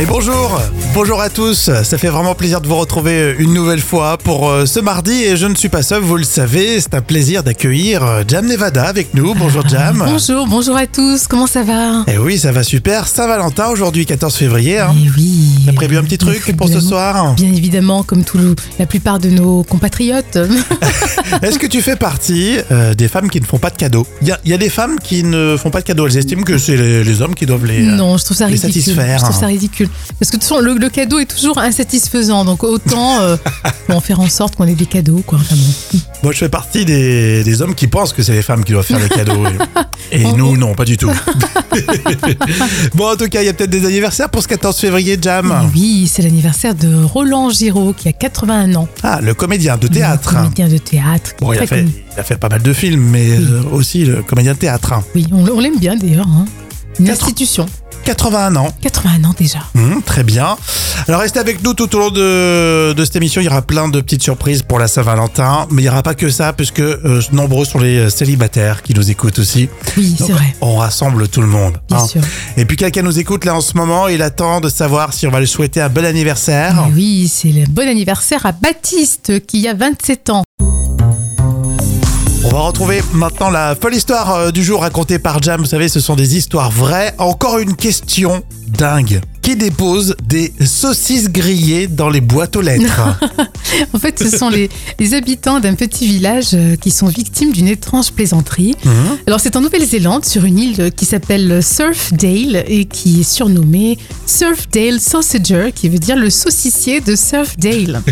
Et bonjour, bonjour à tous. Ça fait vraiment plaisir de vous retrouver euh, une nouvelle fois pour euh, ce mardi. Et je ne suis pas seul, vous le savez, c'est un plaisir d'accueillir euh, Jam Nevada avec nous. Bonjour Jam. Bonjour, bonjour à tous, comment ça va Et oui, ça va super. Saint-Valentin aujourd'hui, 14 février. hein. Eh oui. T'as prévu un petit truc pour ce Évidemment. soir Bien évidemment, comme tout le- la plupart de nos compatriotes. Est-ce que tu fais partie euh, des femmes qui ne font pas de cadeaux Il y, a- il y a des femmes qui ne font pas de cadeaux. Elles estiment que c'est les, les hommes qui doivent les. euh, non, je trouve ça les ridicule. satisfaire, Je trouve hein. ça ridicule. Parce que de toute façon, le, le cadeau est toujours insatisfaisant. Donc autant euh, en faire en sorte qu'on ait des cadeaux. Quoi. Enfin bon. Moi, je fais partie des, des hommes qui pensent que c'est les femmes qui doivent faire les cadeaux. Et, et Oh, nous, non, pas du tout. bon, en tout cas, il y a peut-être des anniversaires pour ce 14 février, Jam. Eh Oui, c'est l'anniversaire de Roland Giraud qui a 81 ans. Ah, le comédien de théâtre. Un comédien de théâtre. qui est Bon, il a, Mm. très fait, connu. Mm. il a fait pas mal de films, mais euh, aussi le comédien de théâtre. Oui, on, on l'aime bien d'ailleurs. hein. Une Quatre- institution. 81 ans. 81 ans déjà. Hum, très bien. Alors restez avec nous tout au long de, de cette émission. Il y aura plein de petites surprises pour la Saint-Valentin. Mais il n'y aura pas que ça, puisque euh, nombreux sont les euh, célibataires qui nous écoutent aussi. Oui, Donc, c'est vrai. On rassemble tout le monde. Bien hein. sûr. Et puis quelqu'un nous écoute là en ce moment. Il attend de savoir si on va lui souhaiter un bel anniversaire. Eh oui, c'est le bon anniversaire à Baptiste qui a 27 ans. On va retrouver maintenant la folle histoire euh, du jour racontée par Jam. Vous savez, ce sont des histoires vraies. Encore une question dingue. Qui dépose des saucisses grillées dans les boîtes aux lettres Ah En fait, ce sont les, les habitants d'un petit village euh, qui sont victimes d'une étrange plaisanterie. Hum. Alors, c'est en Nouvelle-Zélande, sur une île euh, qui s'appelle Surfdale et qui est surnommée Surfdale Sausager, qui veut dire le saucissier de Surfdale.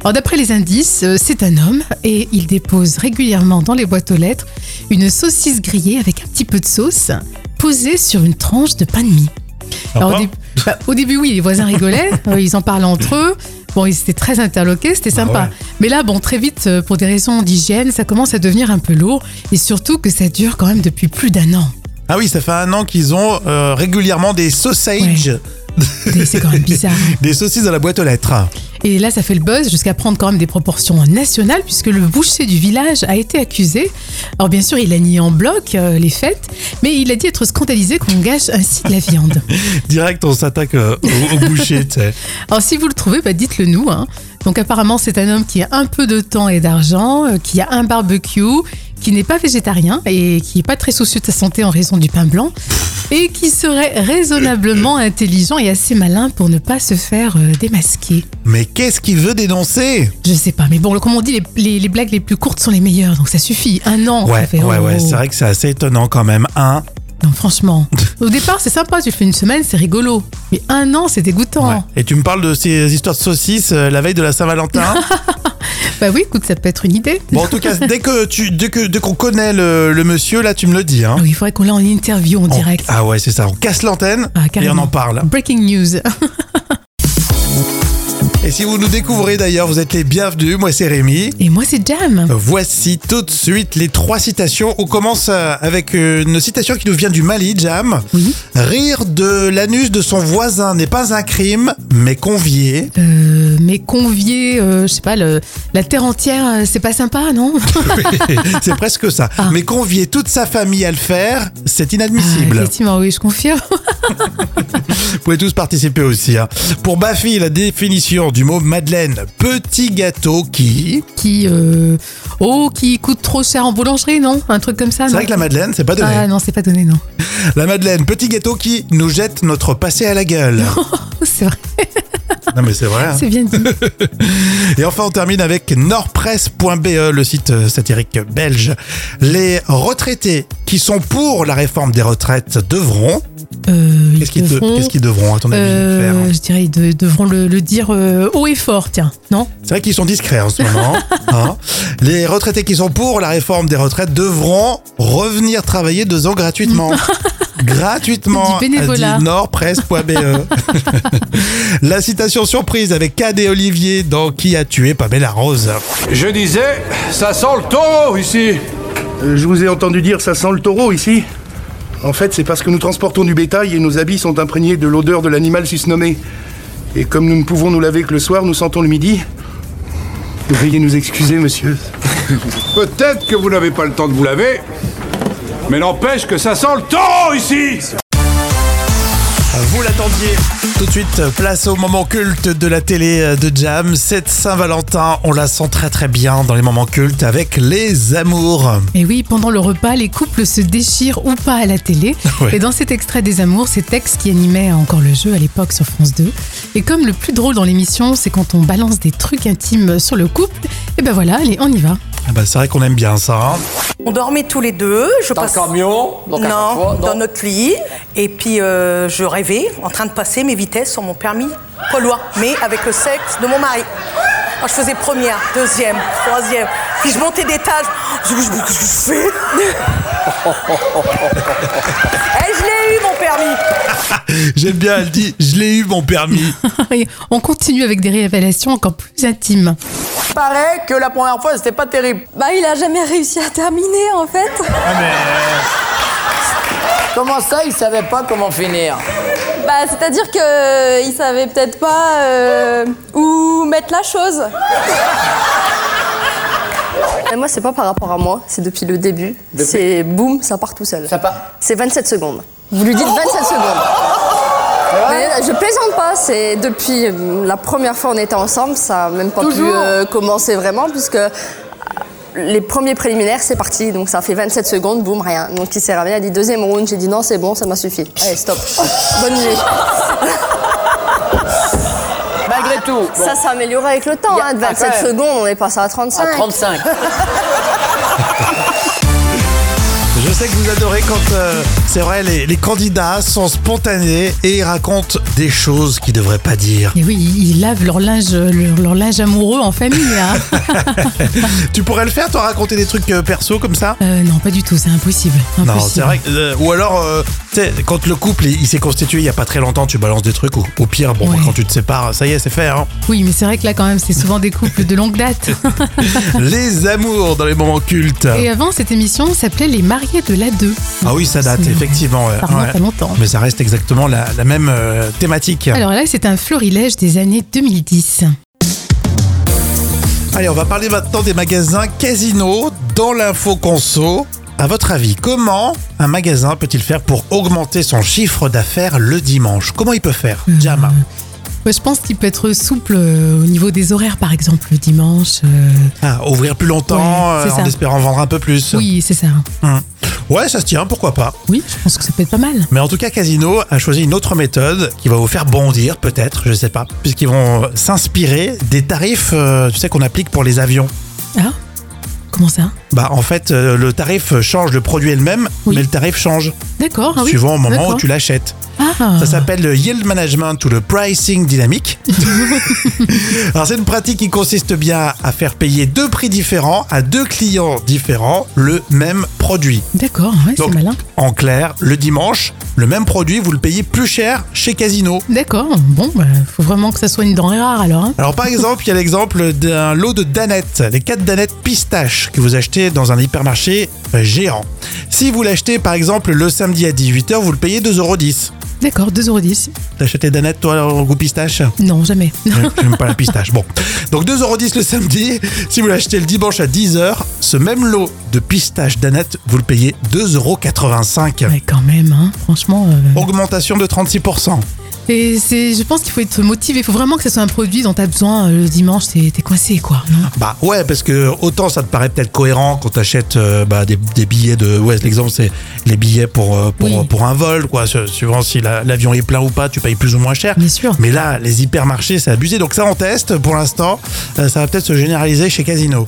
Alors, d'après les indices, euh, c'est un homme et il dépose régulièrement dans les boîtes aux lettres une saucisse grillée avec un petit peu de sauce posée sur une tranche de pain de mie. Alors, au, Sympa. dé- bah, au début, oui, les voisins rigolaient, euh, ils en parlaient entre eux. Bon, ils étaient très interloqués, c'était Bah sympa. ouais. Mais là, bon, très vite, euh, pour des raisons d'hygiène, ça commence à devenir un peu lourd. Et surtout que ça dure quand même depuis plus d'un an. Ah oui, ça fait un an qu'ils ont euh, régulièrement des sausages, Et C'est quand même bizarre. hein. des saucisses dans la boîte aux lettres. Et là, ça fait le buzz jusqu'à prendre quand même des proportions nationales, puisque le boucher du village a été accusé. Alors, bien sûr, il a nié en bloc euh, les fêtes, mais il a dit être scandalisé qu'on gâche ainsi de la viande. Direct, on s'attaque euh, au, au boucher, tu sais. Alors si vous le trouvez, bah, dites-le nous. hein. Donc apparemment c'est un homme qui a un peu de temps et d'argent, euh, qui a un barbecue, qui n'est pas végétarien et qui n'est pas très soucieux de sa santé en raison du pain blanc, et qui serait raisonnablement intelligent et assez malin pour ne pas se faire euh, démasquer. Mais qu'est-ce qu'il veut dénoncer Je sais pas, mais bon, comme on dit, les, les- les blagues les plus courtes sont les meilleures, donc ça suffit. Un an, ça Ouais, fait ouais, oh, ouais, c'est vrai que c'est assez étonnant quand même. Hein Non, franchement. Au départ, c'est sympa, tu le fais une semaine, c'est rigolo. Mais un an, c'est dégoûtant. Ouais. Et tu me parles de ces histoires de saucisses euh, la veille de la Saint-Valentin Bah oui, écoute, ça peut être une idée. Bon, en tout cas, dès que tu, dès que, dès qu'on connaît le, le monsieur, là, tu me le dis. Hein. Ah oui, il faudrait qu'on l'ait en interview en On- direct. ah ouais, c'est ça. On casse l'antenne Ah, et on carrément. en parle. Breaking news. Et si vous nous découvrez d'ailleurs, vous êtes les bienvenus. Moi, c'est Rémi. Et moi, c'est Oh. Jam. Voici tout de suite les trois citations. On commence euh, avec une citation qui nous vient du Mali, Jam. Oui. Rire de l'anus de son voisin n'est pas un crime, mais convié. Euh, mais convier, euh, je sais pas, le- la terre entière, euh, c'est pas sympa, non C'est presque ça. Ah. Mais convier toute sa famille à le faire, c'est Ah, inadmissible. Effectivement, oui, je confirme. Vous pouvez tous participer aussi. hein. Pour Baffy, la définition du mot Madeleine, petit gâteau qui... Qui, euh, oh, qui coûte trop cher en boulangerie, non Un truc comme ça. C'est non vrai que la Madeleine, c'est pas donné. Ah non, c'est pas donné, non. La Madeleine, petit gâteau qui nous jette notre passé à la gueule. Ah. C'est vrai, non mais c'est vrai. hein. c'est bien dit. Et enfin, on termine avec nordpresse.be, le site euh, satirique belge. Les retraités qui sont pour la réforme des retraites devront. Euh, ils Qu'est-ce qu'ils, de- devront, qu'est-ce qu'ils devront, à ton avis, euh, faire hein Je dirais, ils de- devront le, le dire euh, haut et fort, tiens, non C'est vrai qu'ils sont discrets en ce moment. hein. Les retraités qui sont pour la réforme des retraites devront revenir travailler deux ans gratuitement. gratuitement, Du bénévolat. a dit nordpresse.be. E. la citation surprise avec Cad et Olivier dans Qui a tué Pamela Rose. Je disais, ça sent le taureau ici. Euh, Je vous ai entendu dire ça sent le taureau ici. En fait, c'est parce que nous transportons du bétail et nos habits sont imprégnés de l'odeur de l'animal susnommé. Et comme nous ne pouvons nous laver que le soir, nous sentons le midi. Veuillez nous excuser, monsieur. Peut-être que vous n'avez pas le temps de vous laver, mais n'empêche que ça sent le taureau ici. Vous l'attendiez. Tout de suite, place au moment culte de la télé de Jam. Cette Saint-Valentin, on la sent très très bien dans les moments cultes avec les amours. Ah Et oui, pendant le repas, les couples se déchirent ou pas à la télé. Ah Ouais. Et dans cet extrait des Amours, c'est Tex qui animait encore le jeu à l'époque sur France 2. Et comme le plus drôle dans l'émission, c'est quand on balance des trucs intimes sur le couple, et ben voilà, allez, on y va. Ah bah, c'est vrai qu'on aime bien ça. hein. On dormait tous les deux. Je Dans le passe- camion donc non, à chaque fois, dans non. notre lit. Et puis, euh, je rêvais en train de passer mes vitesses sur mon permis polois, mais avec le sexe de mon mari. Alors, je faisais première, deuxième, troisième. Puis je montais d'étage. Je me qu'est-ce que je fais Et je l'ai eu, mon permis. J'aime bien, elle dit Je l'ai eu mon permis. Et on continue avec des révélations encore plus intimes. Il paraît que la première fois, c'était pas terrible. Bah, il a jamais réussi à terminer en fait. Comment ça, il savait pas comment finir Bah, c'est-à-dire que euh, il savait peut-être pas euh, où mettre la chose. Et moi, c'est pas par rapport à moi, c'est depuis le début. C'est boum, ça part tout seul. Ça part. C'est 27 secondes. Vous lui dites 27 secondes. Mais je plaisante pas, c'est depuis euh, la première fois on était ensemble, ça a même pas pu euh, commencer vraiment, puisque euh, les premiers préliminaires, c'est parti, donc ça fait 27 secondes, boum, rien. Donc il s'est ramené, a dit deuxième round, j'ai dit non, c'est bon, ça m'a suffi. Allez, stop. Bonne nuit. Malgré tout, bon, Ça s'est amélioré avec le temps, Y a- hein, de Ah, 27 quand même. secondes, on est passé à à 35. 35. Je sais que vous adorez quand, euh, c'est vrai, les, les candidats sont spontanés et ils racontent des choses qu'ils devraient pas dire. Et oui, ils lavent leur linge, leur, leur linge amoureux en famille. hein. Tu pourrais le faire, toi, raconter des trucs euh, perso comme ça Euh, non, pas du tout, c'est impossible. Non, Impossible. c'est vrai. que, euh, ou alors, euh, tu sais, quand le couple il, il s'est constitué il y a pas très longtemps, tu balances des trucs. Ou au pire, bon, Ouais. quand tu te sépares, ça y est, c'est fait. Hein. Oui, mais c'est vrai que là, quand même, c'est souvent des couples de longue date. les amours dans les moments cultes. Et avant, cette émission s'appelait Les mariés de la 2. Ah oui, ça date, C'est- effectivement. ouais, Ça remonte Euh, ouais. Bah. à longtemps. Mais ça reste exactement la, la même euh, thématique. Alors là, c'est un florilège des années 2010. Allez, on va parler maintenant des magasins Casino dans l'info conso. À votre avis, comment un magasin peut-il faire pour augmenter son chiffre d'affaires le dimanche Comment il peut faire, Mmh. Jam Moi, je pense qu'il peut être souple euh, au niveau des horaires, par exemple, le dimanche. euh, Ah, Ouvrir plus longtemps Ouais, c'est euh, en ça. espérant vendre un peu plus. Oui, c'est ça. Hmm. Ouais, ça se tient, pourquoi pas. Oui, je pense que ça peut être pas mal. Mais en tout cas, Casino a choisi une autre méthode qui va vous faire bondir, peut-être, je sais pas, puisqu'ils vont euh, s'inspirer des tarifs, euh, tu sais, qu'on applique pour les avions. Ah Comment ça Bah, en fait, euh, le tarif change, le produit est le même, Oui. mais le tarif change D'accord. ah oui, suivant au moment où d'accord. tu l'achètes. Ah, Ça s'appelle le yield management ou le pricing dynamique. Alors c'est une pratique qui consiste bien à faire payer deux prix différents à deux clients différents le même produit. D'accord, ouais, c'est Donc malin. en clair, le dimanche, le même produit vous le payez plus cher chez Casino. D'accord, bon, bah, faut vraiment que ça soit une denrée rare alors. hein. Alors par exemple, il y a l'exemple d'un lot de danettes, les 4 danettes pistache que vous achetez dans un hypermarché euh, géant. Si vous l'achetez par exemple le samedi à 18h, vous le payez 2,10€. D'accord, 2,10€. T'achètes les danettes toi au goût pistache Non, jamais. Ouais, J'aime pas la pistache. Bon. Donc 2,10€ le samedi. Si vous l'achetez le dimanche à 10h, ce même lot de pistache danette, vous le payez 2,85€. Ouais, quand même, hein, franchement. euh, Augmentation de 36%. Et c'est, je pense qu'il faut être motivé. Il faut vraiment que ce soit un produit dont tu as besoin euh, le dimanche. T'es, t'es coincé, quoi. Non Bah ouais, parce que autant ça te paraît peut-être cohérent quand t'achètes euh, bah, des, des billets de. Ouais, l'exemple c'est les billets pour, euh, pour, Oui. pour un vol, quoi. Su- Suivant si la- l'avion est plein ou pas, tu payes plus ou moins cher. Bien sûr. Mais là, les hypermarchés, c'est abusé. Donc ça, on teste pour l'instant. Euh, ça va peut-être se généraliser chez Casino.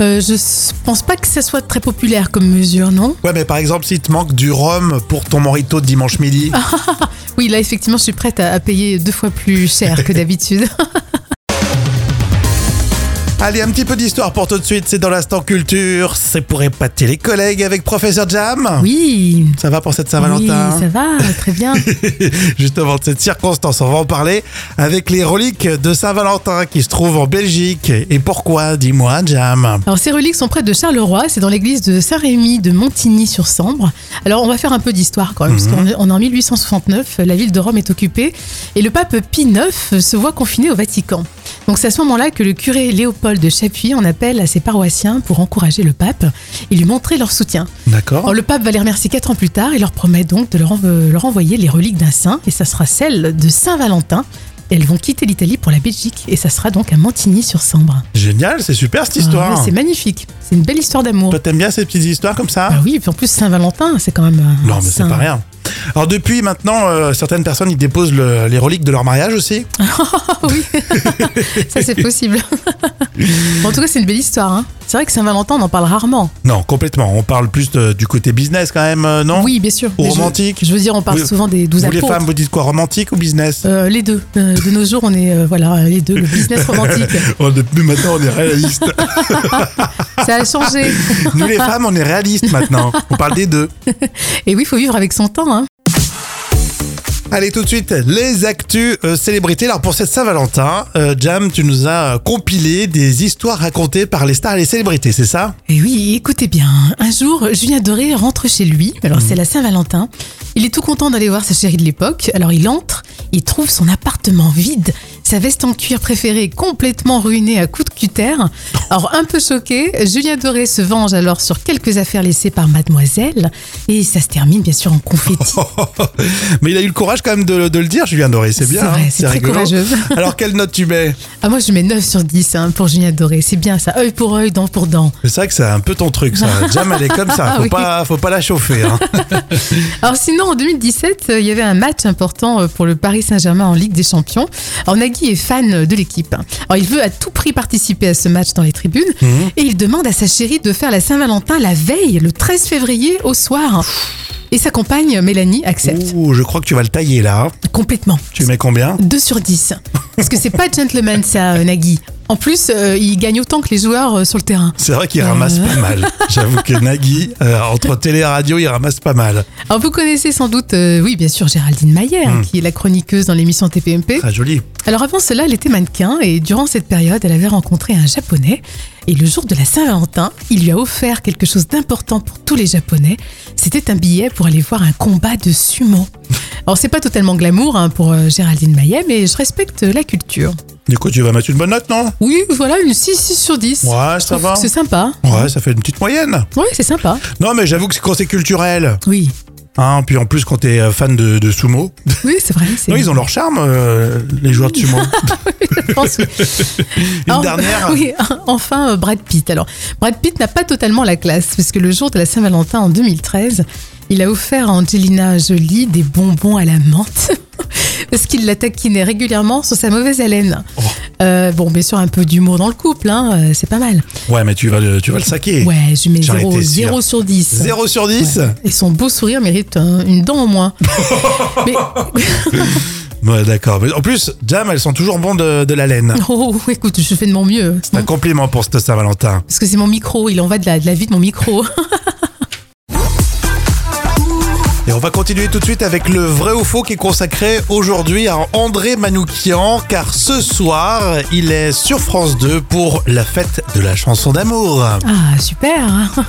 Euh, je s- pense pas que ça soit très populaire comme mesure, non Ouais, mais par exemple, si te manque du rhum pour ton morito de dimanche midi, Ah. Oui, là, effectivement, je suis prête à, à payer deux fois plus cher que d'habitude. allez, un petit peu d'histoire pour tout de suite. C'est dans l'instant culture. C'est pour épater les collègues avec Professeur Jam. oui. Ça va pour cette oui, Saint-Valentin ça va, très bien. Juste avant de cette circonstance, on va en parler avec les reliques de Saint-Valentin qui se trouvent en Belgique. Et pourquoi Dis-moi, Jam. Alors, ces reliques sont près de Charleroi, c'est dans l'église de Saint-Rémy de Montigny-sur-Sambre. Alors, on va faire un peu d'histoire quand même, parce qu'on est- on est en 1869, la ville de Rome est occupée, et le pape Pie IX se voit confiné au Vatican. Donc c'est à ce moment-là que le curé Léopold de Chapuis en appelle à ses paroissiens pour encourager le pape et lui montrer leur soutien. D'accord. Alors, le pape va les remercier quatre ans plus tard et leur promet donc de leur, env- euh, leur envoyer les reliques d'un saint, et ça sera celle de Saint Valentin. Elles vont quitter l'Italie pour la Belgique, et ça sera donc à Montigny-sur-Sambre. Génial, c'est super cette Oh. Ah histoire. ouais, c'est magnifique, c'est une belle histoire d'amour. Toi, t'aimes bien ces petites histoires comme ça Ah oui, et puis en plus Saint Valentin, c'est quand même. un Non, mais c'est saint. pas rien. Alors depuis maintenant, euh, certaines personnes ils déposent le- les reliques de leur mariage aussi. Ah oui, ça c'est possible. en tout cas, c'est une belle histoire. hein. C'est vrai que Saint Valentin, on en parle rarement. Non, complètement. On parle plus de- du côté business quand même, euh, non oui, bien sûr. Ou mais je- romantique. Je, veux dire, on parle Vous- souvent des douze Vous les apôtres. femmes, vous dites quoi, romantique ou business Euh, les deux. Euh, de nos jours, on est euh, voilà les deux. Le business romantique. Oh, Depuis maintenant, on est réaliste. Ça a changé. Nous les femmes, on est réaliste maintenant. On parle des deux. Et oui, il faut vivre avec son temps. Hein. Allez tout de suite, les actus euh, célébrités. Alors pour cette Saint-Valentin, euh, Jam, tu nous as euh, compilé des histoires racontées par les stars et les célébrités, c'est ça Et Eh oui, écoutez bien. Un jour, Julien Doré rentre chez lui. Alors, c'est la Saint-Valentin. Il est tout content d'aller voir sa chérie de l'époque. Alors, il entre, il trouve son appartement vide, sa veste en cuir préférée est complètement ruinée à coups de cutter. Alors, un peu choqué, Julien Doré se venge alors sur quelques affaires laissées par mademoiselle. Et ça se termine, bien sûr, en confetti. Mais il a eu le courage quand même de, de le dire, Julien Doré, c'est bien. C'est vrai, hein, c'est très rigolo. courageux. Alors quelle note tu mets Ah, moi, je mets 9 sur 10 hein, pour Julien Doré. C'est bien ça. Œil pour œil, dent pour dent. C'est vrai que c'est un peu ton truc, ça. Jam, elle est comme ça. Faut, Ah Oui. pas, faut pas la chauffer. hein. Alors sinon, en 2017, euh, il y avait un match important euh, pour le Paris Saint-Germain en Ligue des Champions. Alors Nagui est fan euh, de l'équipe. Alors il veut à tout prix participer à ce match dans les tribunes Mhm. et il demande à sa chérie de faire la Saint-Valentin la veille, le 13 février au soir. Et sa compagne, Mélanie, accepte Ouh, je crois que tu vas le tailler là. hein. complètement. Tu mets combien 2 sur 10. Parce que c'est pas gentleman ça, euh, Nagui. En plus, euh, il gagne autant que les joueurs euh, sur le terrain. C'est vrai qu'il ramasse pas mal. J'avoue que Nagui, euh, entre télé et radio, il ramasse pas mal. Alors vous connaissez sans doute, euh, oui bien sûr, Géraldine Maillère, qui est la chroniqueuse dans l'émission TPMP. Mhm. Très Ah, joli. Alors avant cela, elle était mannequin et durant cette période, elle avait rencontré un japonais. Et le jour de la Saint-Valentin, il lui a offert quelque chose d'important pour tous les japonais. C'était un billet pour aller voir un combat de sumo. Alors c'est pas totalement glamour hein, pour euh, Géraldine Maillet, mais je respecte la culture. Du coup, tu vas mettre une bonne note, non Oui, voilà, une 6, 6 sur 10. Ouais, Je ça trouve va. que C'est sympa. Ouais, ça fait une petite moyenne. Oui, c'est sympa. Non, mais j'avoue que c'est quand c'est culturel. Oui, Hein, puis en plus, quand t'es euh, fan de, de sumo. oui, c'est vrai. c'est- Non, ils ont leur charme, euh, les joueurs de sumo. Je pense, oui. Une Alors, dernière. Ah, Oh, Oui, enfin euh, Brad Pitt. Alors, Brad Pitt n'a pas totalement la classe, parce que le jour de la Saint-Valentin en 2013, il a offert à Angelina Jolie des bonbons à la menthe. Parce qu'il la taquinait régulièrement sur sa mauvaise haleine. Oh. Euh, bon, bien sûr, un peu d'humour dans le couple, hein, euh, c'est pas mal. Ouais, mais tu vas le, tu vas le saquer. Ouais, je mets J'en étais 0, sûr. sur 10. 0 sur 10 Et son beau sourire mérite un- une dent au moins. Mais, Ouais, d'accord. Mais en plus, Jam, elles sont toujours bons de, de la laine. oh, écoute, je fais de mon mieux. C'est un compliment pour cette Saint-Valentin. Parce que c'est mon micro, il en va de la, de la vie de mon micro. Et on va continuer tout de suite avec le vrai ou faux qui est consacré aujourd'hui à André Manoukian, car ce soir, il est sur France 2 pour la fête de la chanson d'amour. Ah, super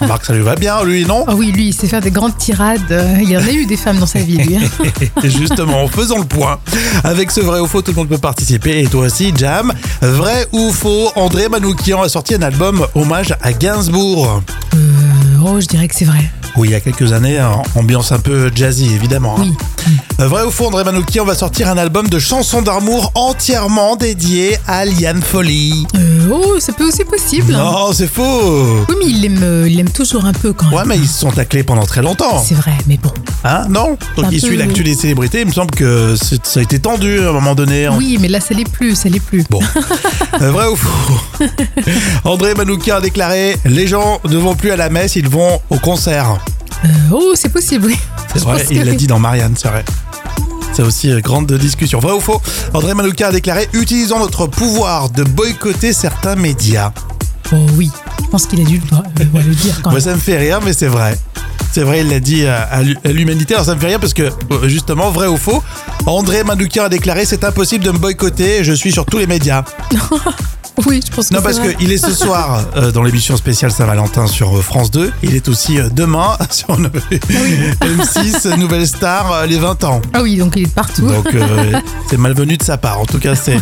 Marc, ça lui va bien, lui, non Ah oui, lui, il sait faire des grandes tirades. Euh, Il y en a eu des femmes dans sa vie, lui. hein. Et justement, en faisant le point, avec ce vrai ou faux, tout le monde peut participer. Et toi aussi, Jam, vrai ou faux, André Manoukian a sorti un album hommage à Gainsbourg. Oh, je dirais que c'est vrai. Oui, il y a quelques années, hein, ambiance un peu jazzy, évidemment. hein. Oui. Euh, Vrai ou faux, André Manoukian va sortir un album de chansons d'amour entièrement dédié à Liane Folly. Euh, oh, ça peut aussi possible. hein. Non, c'est faux Oui, mais il l'aime, euh, il l'aime toujours un peu quand même. Ouais, mais ils se sont taclés pendant très longtemps. C'est vrai, mais bon. Hein Non Donc, Un il peu- suit l'actu des célébrités. Il me semble que c'est- ça a été tendu à un moment donné. en- Oui, mais là, ça l'est plus, ça l'est plus. Bon, Euh, vrai ou faux André Manoukian a déclaré Les gens ne vont plus à la messe, ils vont au concert. Euh, oh, c'est possible, oui. C'est Je vrai, pense que il l'a oui. dit dans Marianne, c'est vrai. C'est aussi euh, grande discussion. Vrai ou faux André Manoukian a déclaré Utilisons notre pouvoir de boycotter certains médias. Oh oui, je pense qu'il a dû le, euh, ouais, le dire quand Moi, même. ça me fait rire, mais c'est vrai. C'est vrai, il l'a dit à, à l'hu- à l'humanité. Alors, ça me fait rire parce que, euh, justement, vrai ou faux, André Manoukian a déclaré C'est impossible de me boycotter, je suis sur tous les médias. Oui, je pense que Non, c'est parce vrai. qu'il est ce soir euh, dans l'émission spéciale Saint-Valentin sur euh, France 2. Il est aussi euh, demain sur euh, M6, euh, Nouvelle Star, euh, les 20 ans. Ah oui, donc il est partout. Donc euh, c'est malvenu de sa part. En tout cas, c'est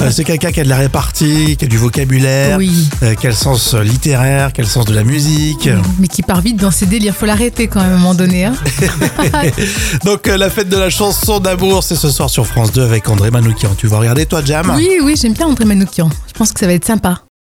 euh, c'est quelqu'un qui a de la répartie, qui a du vocabulaire, Oui. euh, qui a le sens euh, littéraire, qui a le sens de la musique. Mais qui part vite dans ses délires. Faut l'arrêter quand même à un moment donné. hein. Donc euh, la fête de la chanson d'amour, c'est ce soir sur France 2 avec André Manoukian. Tu vas regarder toi, Jam Oui, oui, j'aime bien André Manoukian. Je pense que ça va être sympa.